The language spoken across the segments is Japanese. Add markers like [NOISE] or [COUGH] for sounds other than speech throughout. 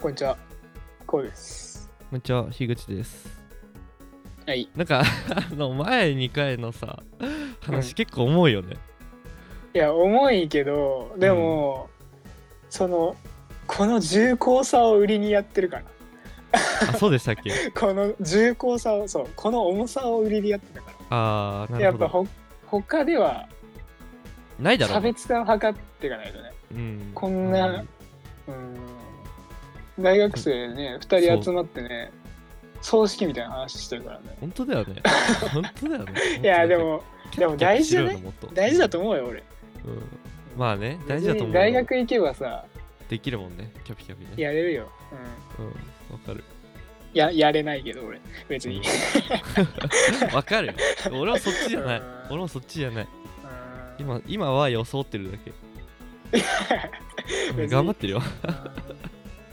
こんにちは。こうです。こんにちは、樋口です。はい。なんか、あの、前2回のさ、話結構重いよね。いや、重いけど、でも、その、この重厚さを売りにやってるかあ、そうでしたっけら。この重厚さを、そう、この重さを売りにやってたかあー、ら。なやるっほぱど。ほ、他ではないだろ差うね。別化を図っていかないとね。うんこんなうん。大学生ね、二人集まってね、葬式みたいな話してるからね。本当だよね。本当だよね。いや、で、も、でも大事じゃないもっと大事だと思うよ、俺。うん。まあね、大事だと思う。大学行けばさ、できるもんね、キャピキャピね。やれるよ。うん。うん、わかる。ややれないけど俺別に、わかるよ。俺はそっちじゃないうん。俺もそっちじゃない。うん今、今は装ってるだけ。別に頑張ってるよ。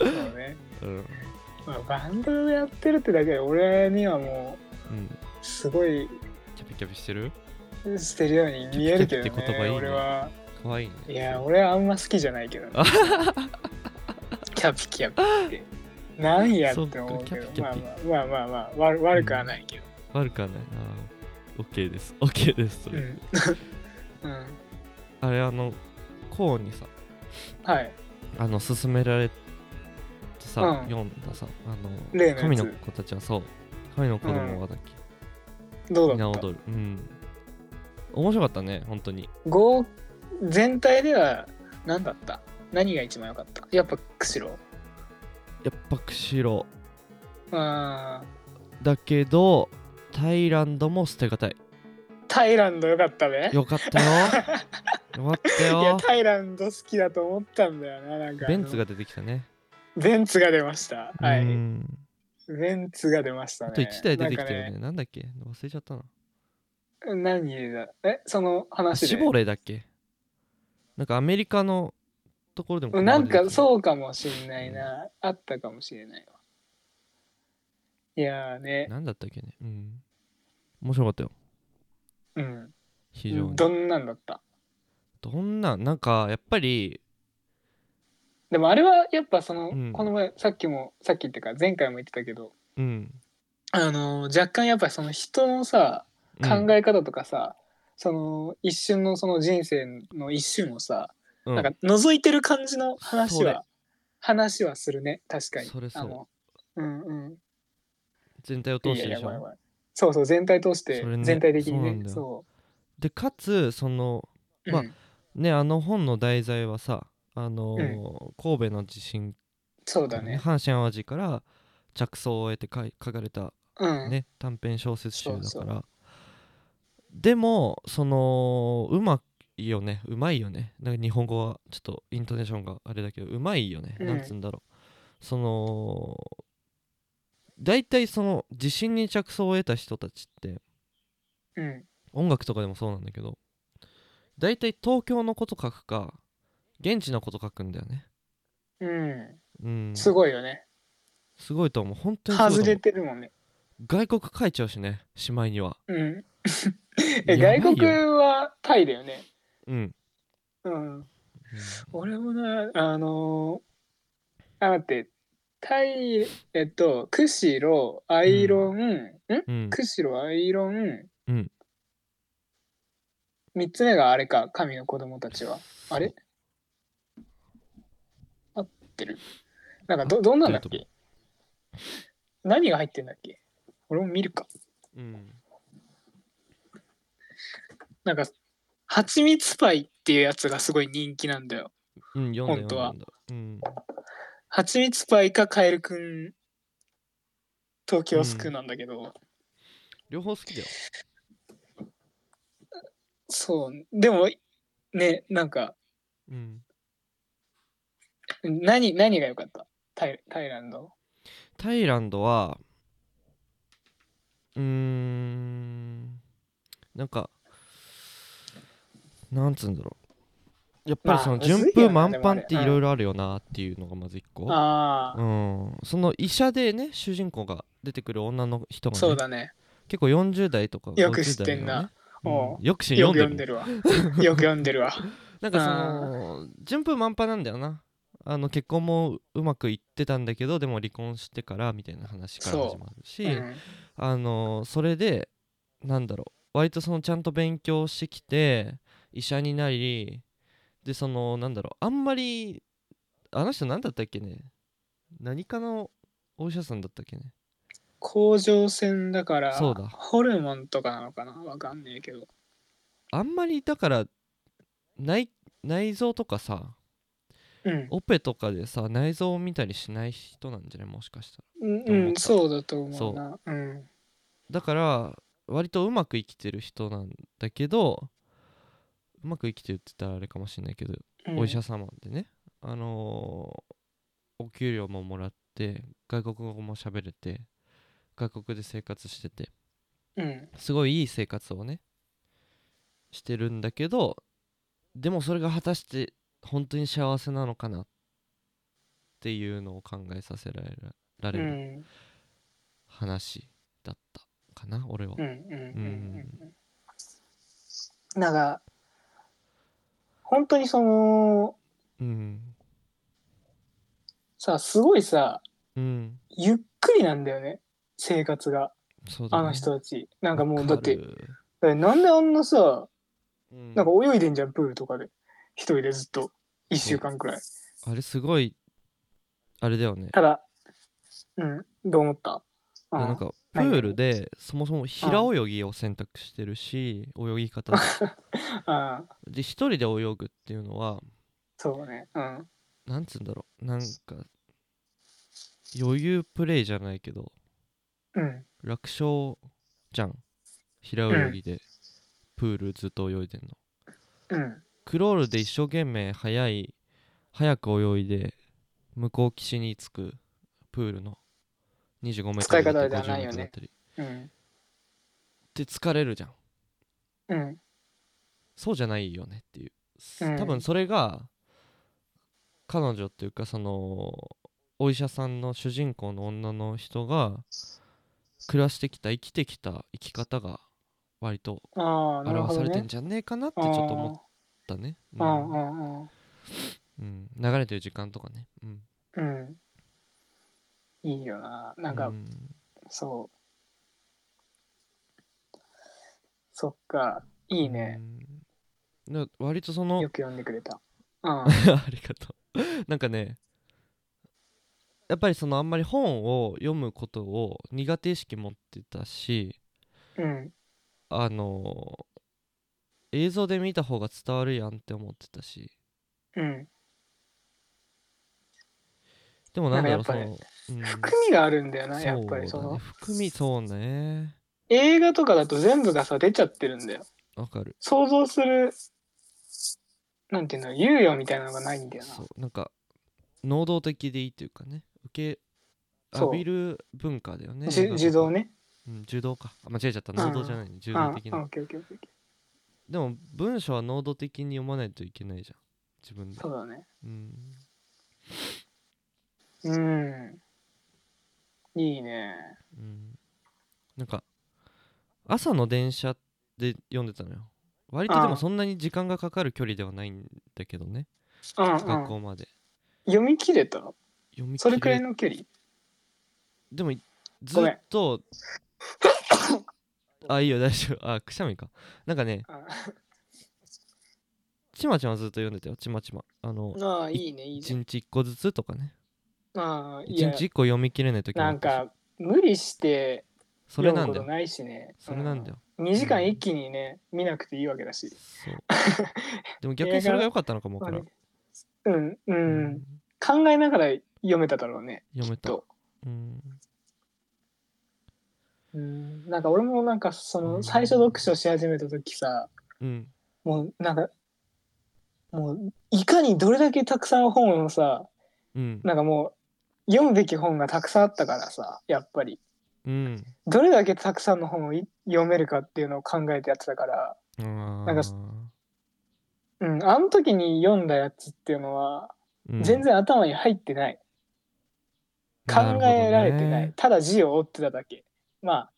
そうね、うん。まあ、バンドでやってるってだけで俺にはもうん。うすごいキャピキャピしてるしてるように見えるけどねキャピキャピって言葉いいね俺はかわいいね。いや俺はあんま好きじゃないけど、 [LAUGHS] ね、キャピキャピってなんやって思うけそどうかキャピキまあまあまあまあまあ悪悪くはないけど、悪くはないな。オッケーです。オッケーです。それ、うん、うん、 [LAUGHS] あれ、あの、コーンにさ、はいあの、勧められてさ、うん読んださ、あ例のやの、つ神の子たちはそう、神の子供はだっけ、どう皆だった踊る。うん。面白かったね、本当に。合全体では何だった何が一番良かったやっぱ釧路やっぱ釧路あーだけど、タイランドも捨てがたい。タイランド良かったねよかったよ。 [LAUGHS] よかったいやよ。タイランド好きだと思ったんだよななんかあのベンツが出てきたね。ベンツが出ましたはういんベンツが出ましたあねと1台出てきたよなんね。なんだっけ忘れちゃったな。かね何だえそのあ話シでボレーだっけなんかアメリカのところでもなんかうそうかもしんないなあったかもしれないわいやーねなんだったっけねうん面白かったようん非常にどんなんだったどんななんかやっぱりでもあれはやっぱその、うんこの前さっきもさっきっていうか前回も言ってたけどうんあのー若干やっぱりその人のさ考ええ方とかさ、その一瞬のその人生の一瞬をさ、うんなんか覗いてる感じの話それは話はするね確かにそれそうあのうんうん全体をい通やしていでやしばいやょばいそうそう全体通してそれね全体的にそうなんねだよそでかつそのうまあうんねあの本の題材はさあのー神戸の地震そうだからねね阪神・淡路から着想を得て書い書かれたうんね短編小説集だからそうそでもそのうまいよねうまいよねなんか日本語はちょっとイントネーションがあれだけどうまいよね、うんなんつうんだろうその大体その自信に着想を得た人たちってうん音楽とかでもそうなんだけど大体東京のこと書くか現地のこと書くんだよねううんんすごいよねすごいと思う本当にすごい外と思うれてるもんね外国書いちゃうしねしまいにはうんえやばい外よ国はタイだよねうん、うんうん俺もなあのーあ待ってタイえっと釧路アイロン、んうん釧路アイロン、うん3つ目があれか神の子供たちはあれ合ってるなんかどどんなんだっ合ってるけ何が入ってんだっけ俺も見るかうんなんか蜂蜜パイっていうやつがすごい人気なんだようん、読んだ本当は読んだ読んだ。蜂蜜パイかカエルくん東京スクーなんだけど、うん、両方好きだよ。そうでもねなんかうん。何何が良かったタイタイランドタイランドは、うーん、なんか、なんつうんだろう。やっぱりそのまあむず順いよ風な満帆っでてもあれいろいろあるよなっていうのがまず一個。ああ、うん、その医者でね主人公が出てくる女の人が、ね、そうだね結構40代とか50代よく知ってんなのね、おううんよく知よく読読んんでで [LAUGHS] るるわよく読んでるわなんかその順風満帆なんだよなあの結婚もうまくいってたんだけどでも離婚してからみたいな話から始まるし、うんあのそれでなんだろう割とそのちゃんと勉強してきて医者になりでそのなんだろうあんまりあの人何だったっけね何かのお医者さんだったっけね甲状腺だからそうだホルモンとかなのかなわかんねえけどあんまりだから内内臓とかさうんオペとかでさ内臓を見たりしない人なんじゃないもしかしたらうん思うっんたそうだと思うなうんだから割とうまく生きてる人なんだけどうまく生きてるって言ったらあれかもしれないけどうんお医者様でね、あのーお給料ももらって外国語も喋れて外国で生活しててうんすごいいい生活をねしてるんだけどでもそれが果たして本当に幸せなのかなっていうのを考えさせられるらうれんうるん話だったかな、俺はうんう。んうんなんか本当にそのうん、さすごいさうん、ゆっくりなんだよね生活がそうだ、あね、の人たちなんかもうだってわかる、だってなんであんなさうんなんか泳いでんじゃんプールとかで一人でずっと1週間くらいあれすごいあれだよねただうんどう思ったいやうなんんかプ何ールでそもそも平泳ぎを選択してるし泳ぎ方もああ [LAUGHS] で一人で泳ぐっていうのはそうねうんなんつうんだろうなんか余裕プレイじゃないけどうん楽勝じゃん平泳ぎでプールずっと泳いでんのうんクロールで一生懸命速い早く泳いで向こう岸に着くプールの 25m 使い方だったでりはないよ 50m ねだったりうんって疲れるじゃんうんそうじゃないよねっていう、すうん多分それが彼女っていうかそのお医者さんの主人公の女の人が暮らしてきた生きてきた生き方が割とああなるほ表どされてんねじゃねえかなってあちあょっと思ったね、うああんああうん流れてる時間とかねうんうんいいよななんかうんそうそっかいいねうんな割とそのよく読んでくれたうん [LAUGHS] ありがとう。なんかねやっぱりそのあんまり本を読むことを苦手意識持ってたしうんあの映像で見た方が伝わるやんって思ってたしうんでもなんだなろんうかそやっの、うん含みがあるんだよなやっぱりそそうだねの含みそうね映画とかだと全部がさ出ちゃってるんだよわかる想像するなんていうの猶予みたいなのがないんだよなそうなんか能動的でいいというかね受けそう浴びる文化だよねじゅ映画とか受動ねうん受動かあ間違えちゃった能動じゃないね受ああ動的なオッケーオッケーオッケーでも文章は能動的に読まないといけないじゃん自分でそうだねうんうんいいねうんなんか朝の電車で読んでたのよ割とああでもそんなに時間がかかる距離ではないんだけどねうんうん学校まで読み切れた読みそ切れくらいれの距離でもずっとあいいよ大丈夫あくしゃみかなんかねあちまちまずっと読んでたよちまちまあのああいいねいい1ね日1個ずつとかねああ1いや日1個読み切れない時もあなっんたしか無理してそれ読なむこんだとよないしねそれなんだようん2時間一気にね見なくていいわけだしそう [LAUGHS] でも逆にそれが良かったのかもわからんうんううん考えながら読めただろうね読めきたっとうんうんなんか俺もなんかそうんの最初読書し始めた時さうんもうなんかもういかにどれだけたくさん本をさうんなんかもう読むべき本がたくさんあったからさやっぱりうんどれだけたくさんの本をい読めるかっていうのを考えてやってたからななんかうんあの時に読んだやつっていうのは全然頭に入ってない、考えられてないただ字を追ってただけまあ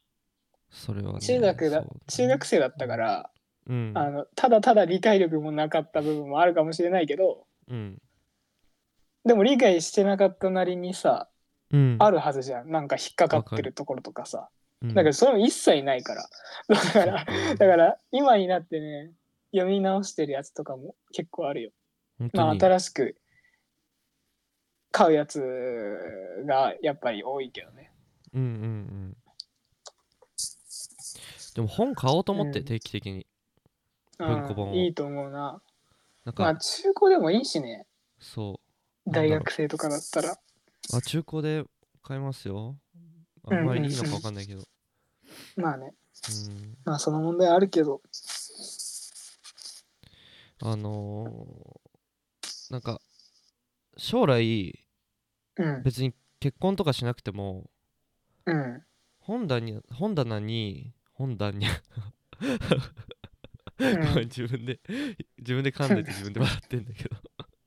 それはね中学だそうね中学生だったから、うんあのただただ理解力もなかった部分もあるかもしれないけどうんでも理解してなかったなりにさうんあるはずじゃんなんか引っかかってるところとかさうんだからそれも一切ないから [LAUGHS] だからだから今になってね読み直してるやつとかも結構あるよ本当まあに新しく買うやつがやっぱり多いけどねうんうんうんでも本買おうと思ってうん定期的にう文庫本んをいいと思うななんまあか中古でもいいしねそ大学生とかだったらうあ中古で買いますよあんまりいいのか分かんないけどまあねうんまあその問題あるけどあのーなんか将来うん別に結婚とかしなくてもうん本棚に本棚に本棚にうごめんん [LAUGHS] 自分で自分で噛んでて自分で笑ってんだけ [LAUGHS] ど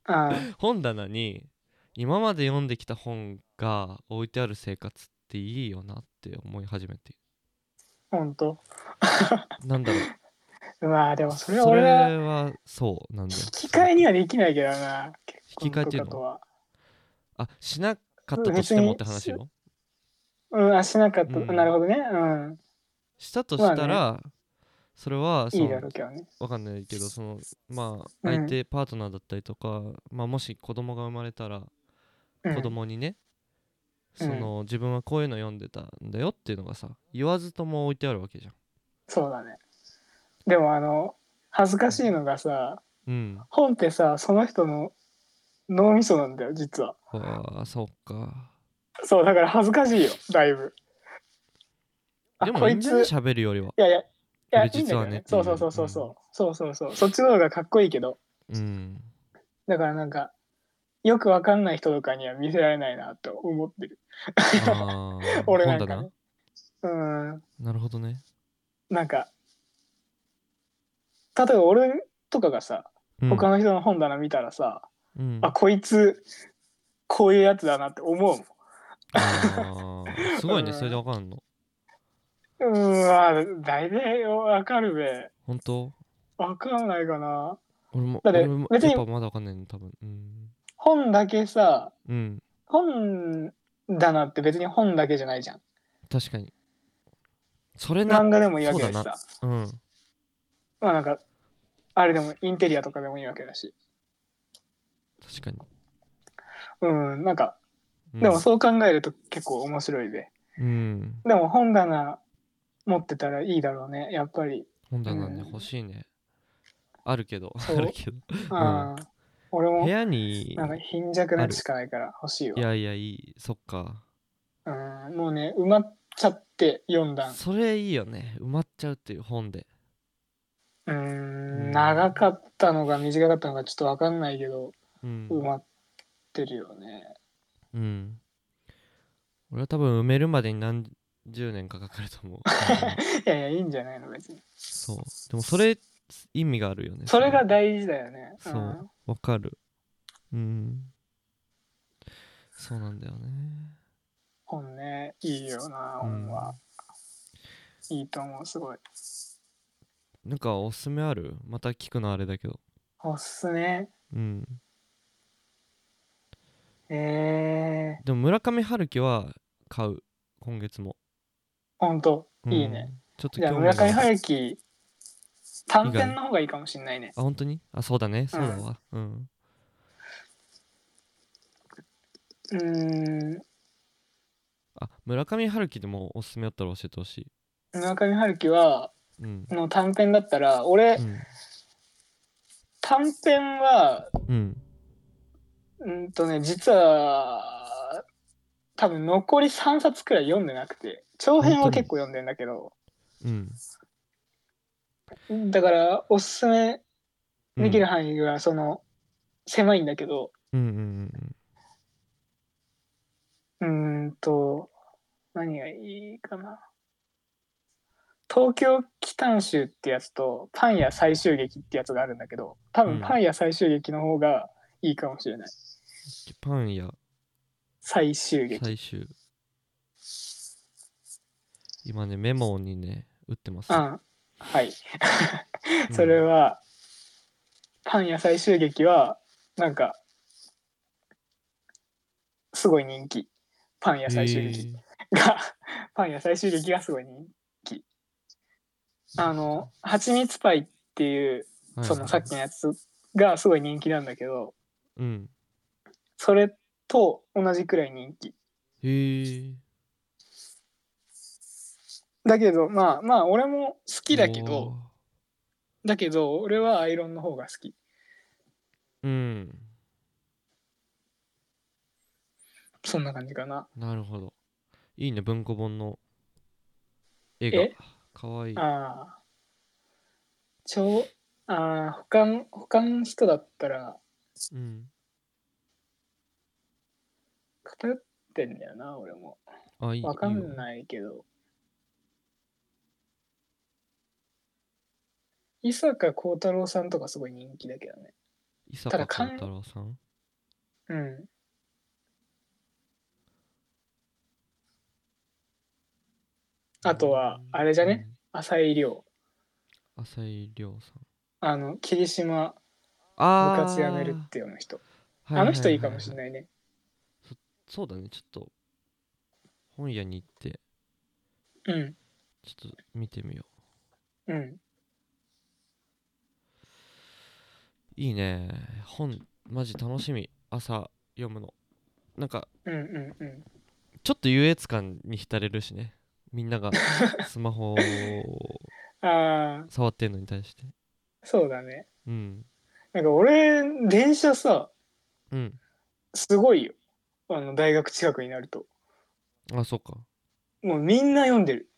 あ本棚に今まで読んできた本が置いてある生活っていいよなって思い始めて本当なんだろうまあでもそそれれは俺ははそうなんだよ引き換えにはできないけどな結婚引き換えっていとかうのとはあしなかったとしてもって話ようんあしなかった、うんなるほどねうんしたとしたら、まそれはそいのいだろうけどねわかんないけどそのまあうん相手パートナーだったりとか、まあ、もし子供が生まれたらうん子供にね、うんその自分はこういうの読んでたんだよっていうのがさ言わずとも置いてあるわけじゃん。そうだねでもあの恥ずかしいのがさうん、本ってさその人の脳みそなんだよ実はああそっか。そうだから恥ずかしいよだいぶあでこもいいいんじつゃない喋るよりは。いやいやいや俺いいんだ実けはどねねそうそうそうそうそうそうそうそうそっちの方がかっこいいけど [LAUGHS] うん。だからなんかよくわかんない人とかには見せられないなと思ってるああ俺な本んか、棚ね、うんなるほどね。なんか例えば俺とかがさうん他の人の本棚見たらさ、うん、あこいつこういうやつだなって思うあーすごいねうんそれでわかんもの。んうーわだいぶわかるべ本当わかんないかな俺もだって俺も別にやっぱまだわかんないの多分。うん。本だけさうん、本棚って別に本だけじゃないじゃん確かに。それな漫画でもいいわけだしそうださうん。まあなんかあれでもインテリアとかでもいいわけだし確かに。うんなんかうんでもそう考えると結構面白いべうん。でも本棚持ってたらいいだろうねやっぱり本棚ね、うん欲しいね。あ [LAUGHS] るけど、あそうるけど。ああ、俺部も屋に、なんか貧弱なやつしかないから欲しいいわ。やいや、いい、そっか。うん、もうね、埋まっちゃって読んだ。それいいよね。埋まっちゃうっていう本で。ううん、ん長かったのか短かったのかちょっとわかんないけど、うん。埋まってるよね。うん。俺は多分埋めるまでに何十年かかかると思う。 [LAUGHS] いやいや、いいんじゃないの別に。そう。でもそれ、意味があるよね。それが大事だよね。そうわかる。うん。そうなんだようね。ん、本ね、いいよな、うん本は。いいと思う、すごい。なんかおすすめあるまた聞くのあれだけど。おすすめ。うん。えー、でも村上春樹は買う今月も、ほんと、うんいいね。ちょっとじゃあ、興味村上が春樹、短編の方がいいかもしんないね。あ本当にあそうだねそうだわうん、うーん。あ村上春樹でもおすすめあったら教えてほしい村上春樹はうんの短編だったら俺、うん短編はうんうんとね実は多分残り3冊くらい読んでなくて長編は結構読んでんだけどうんだからおすすめうんできる範囲がその、狭いんだけどうんうんうんうーんと何がいいかな東京奇譚集ってやつとパン屋最終劇ってやつがあるんだけど多う分んパン屋最終劇の方がいいかもしれない、パン屋最終劇最終今ねメモにね打ってます、うん、はい。うんそれは、パン屋最終劇は、なんか、すごい人気パン屋最終劇が、 [LAUGHS] パン屋最終劇がすごい人気あの蜂蜜パイっていうはいそのさっきのやつがすごい人気なんだけどうんそれと同じくらい人気へえだけどまあまあ俺も好きだけどだけど俺はアイロンの方が好きうんそんな感じかななるほどいいね文庫本の絵がえかわいいああちょああ他の他の人だったらうん偏ってんだよな俺もあいいわかいいんよないけど伊坂幸太郎さんとかすごい人気だけどね伊た坂だ幸かん太郎さんうんあとはあれじゃね、浅井亮うん浅井亮さんあの霧島あ部ー活やめるっていうような人はあの人いいかもしれいははないねそうだねちょっと本屋に行ってうんちょっと見てみよううんいいね本マジ楽しみ朝読むのなんかうんうんうんちょっと優越感に浸れるしねみんながスマホをああ触ってんのに対してそうだねうんなんか俺電車さうんすごいよあの大学近くになるとあそうかもうみんな読んでる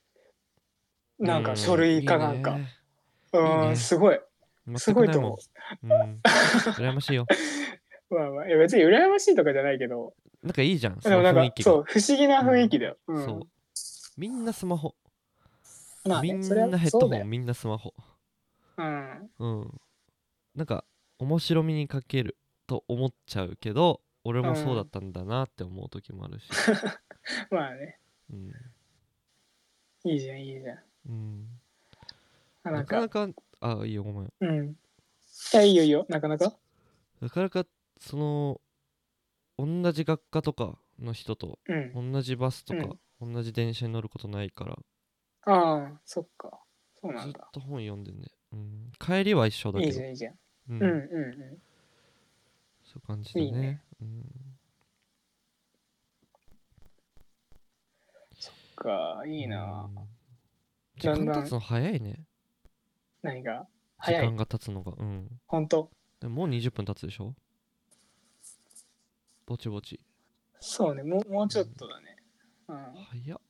なんうか書類かなんかいいねうんいいねすごい全くすごいと思ないもんうん、羨まし [LAUGHS] いよまあまあいや別に羨ましいとかじゃないけどなんかいいじゃんそでもなのん雰か囲気がそう不思議な雰囲気だよ、うんそうみんなスマホ、まあ、ね、みんそれはなヘッそドうだホよンみんなスマホうんうんなんか面白みにかけると思っちゃうけど俺もそうだったんだなって思う時もある [LAUGHS] し、まあねうんいいじゃんいいじゃんうん、あななんかかなかあいいよごめんうんいやいいよいいよなかなかなかなかその同じ学科とかの人とうん同じバスとか、同じ電車に乗ることないからああそっかそうなずんっだと本読んでんね、うん、帰りは一緒だいけいどじゃんいいじゃんうんうんうんそううんいう感じだねいいねうん、かいいなうん時だんだん間経つの早いね何が時早い間が経つのがうん本当でももう20分経つでしょぼちぼちそうねもうもうちょっとだねうん早っ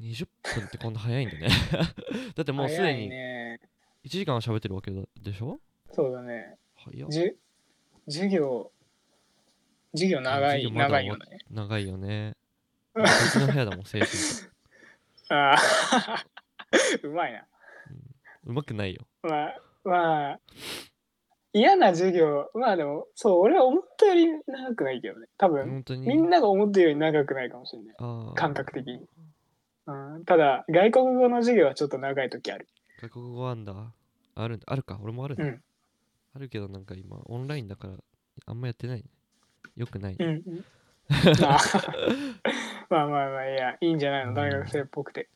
20分ってこんな早いんだね [LAUGHS] だってもうす早でいにね1時間は喋ってるわけだでしょそうだね早っじゅ授業授業長い授業まだ長いよね長い [LAUGHS] よね別の部屋だもん精神科ああ [LAUGHS] うまいなうまくないよまあまあ嫌な授業まあでもそう俺は思ったより長くないけどね多分本当にみんなが思ったより長くないかもしれないあー感覚的に、うん、ただ外国語の授業はちょっと長い時ある外国語あんだあるんだあるか俺もあるんうだ、んあるけどなんか今オンラインだからあんまやってないねよくないね、うんうんまあ [LAUGHS] まあまあまあいやいいんじゃないの大学生っぽくて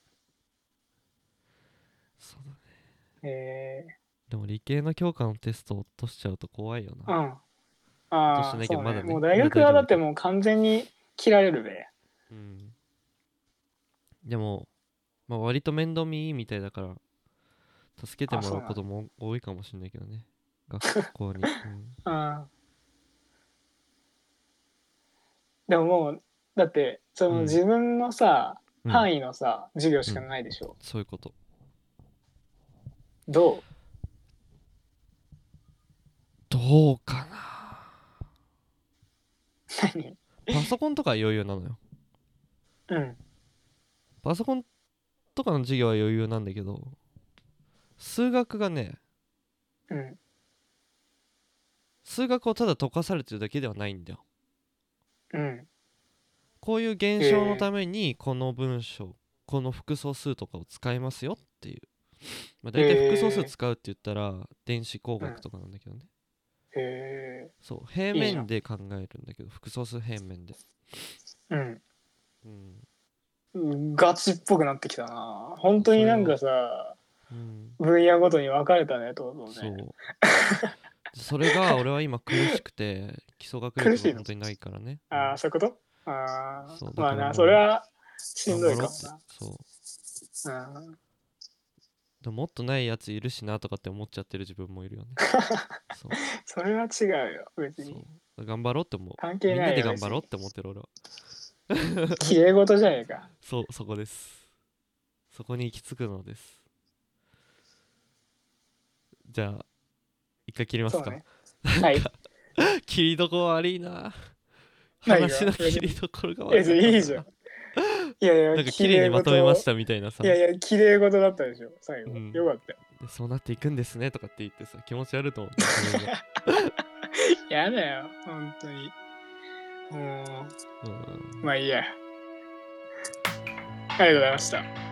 そうだねえでも理系の教科のテスト落としちゃうと怖いよー、うな。んあしあ、なきゃそうまねだねもう大学はだってもう完全に切られるべうん。でも、まあ、割と面倒見いいみたいだから、助けてあもそうらなうんだことも多いかもしれないけどね。学校 [LAUGHS] に。うんうんでももうだってそうんの自分のさ、うん範囲のさ授業しかないでしょ、そういうこと。どどうかなう何パソコンとかは余裕なのよ。うんパソコンとかの授業は余裕なんだけど、数学がね、うん数学をただ解かされてるだけではないんだよ。うんこういう現象のためにこの文章この複素数とかを使いますよっていう、まあ、大体へー複素数使うって言ったら電子工学とかなんだけどね、へそう平いいな面で考えるんだけど複素数平面で、えうんうんガチっぽくなってきたな本当になんかさうん、分野ごとに分かれたねとうとそううねそれが俺は今苦しくて基礎学苦しいの力が本当にないからね [LAUGHS] ああそういそうことああそうまあだからもなうそれはしんどいかそうもなうんでももっとないやついるしなとかって思っちゃってる自分もい [LAUGHS] るよねそうそれは違うよ別そにう頑張ろうって思う関み係んなないでよ頑張ろうって思ってる俺は別に [LAUGHS] 綺麗事じゃねえかそうそこですそこに行き着くのですじゃあ一回切りますそうか、ねはい切りどころ悪いなないよ話の切りどころが悪い別にいいじゃん [LAUGHS] いやいやなんか綺麗にまとめましたたみたいなさいやいや綺麗事だったでしょ最後、うんよかったよでそうなっていくんですねとかって言ってさ気持ち悪いと思って [LAUGHS] 自分がやだよ本当にもううんまあいいやありがとうございました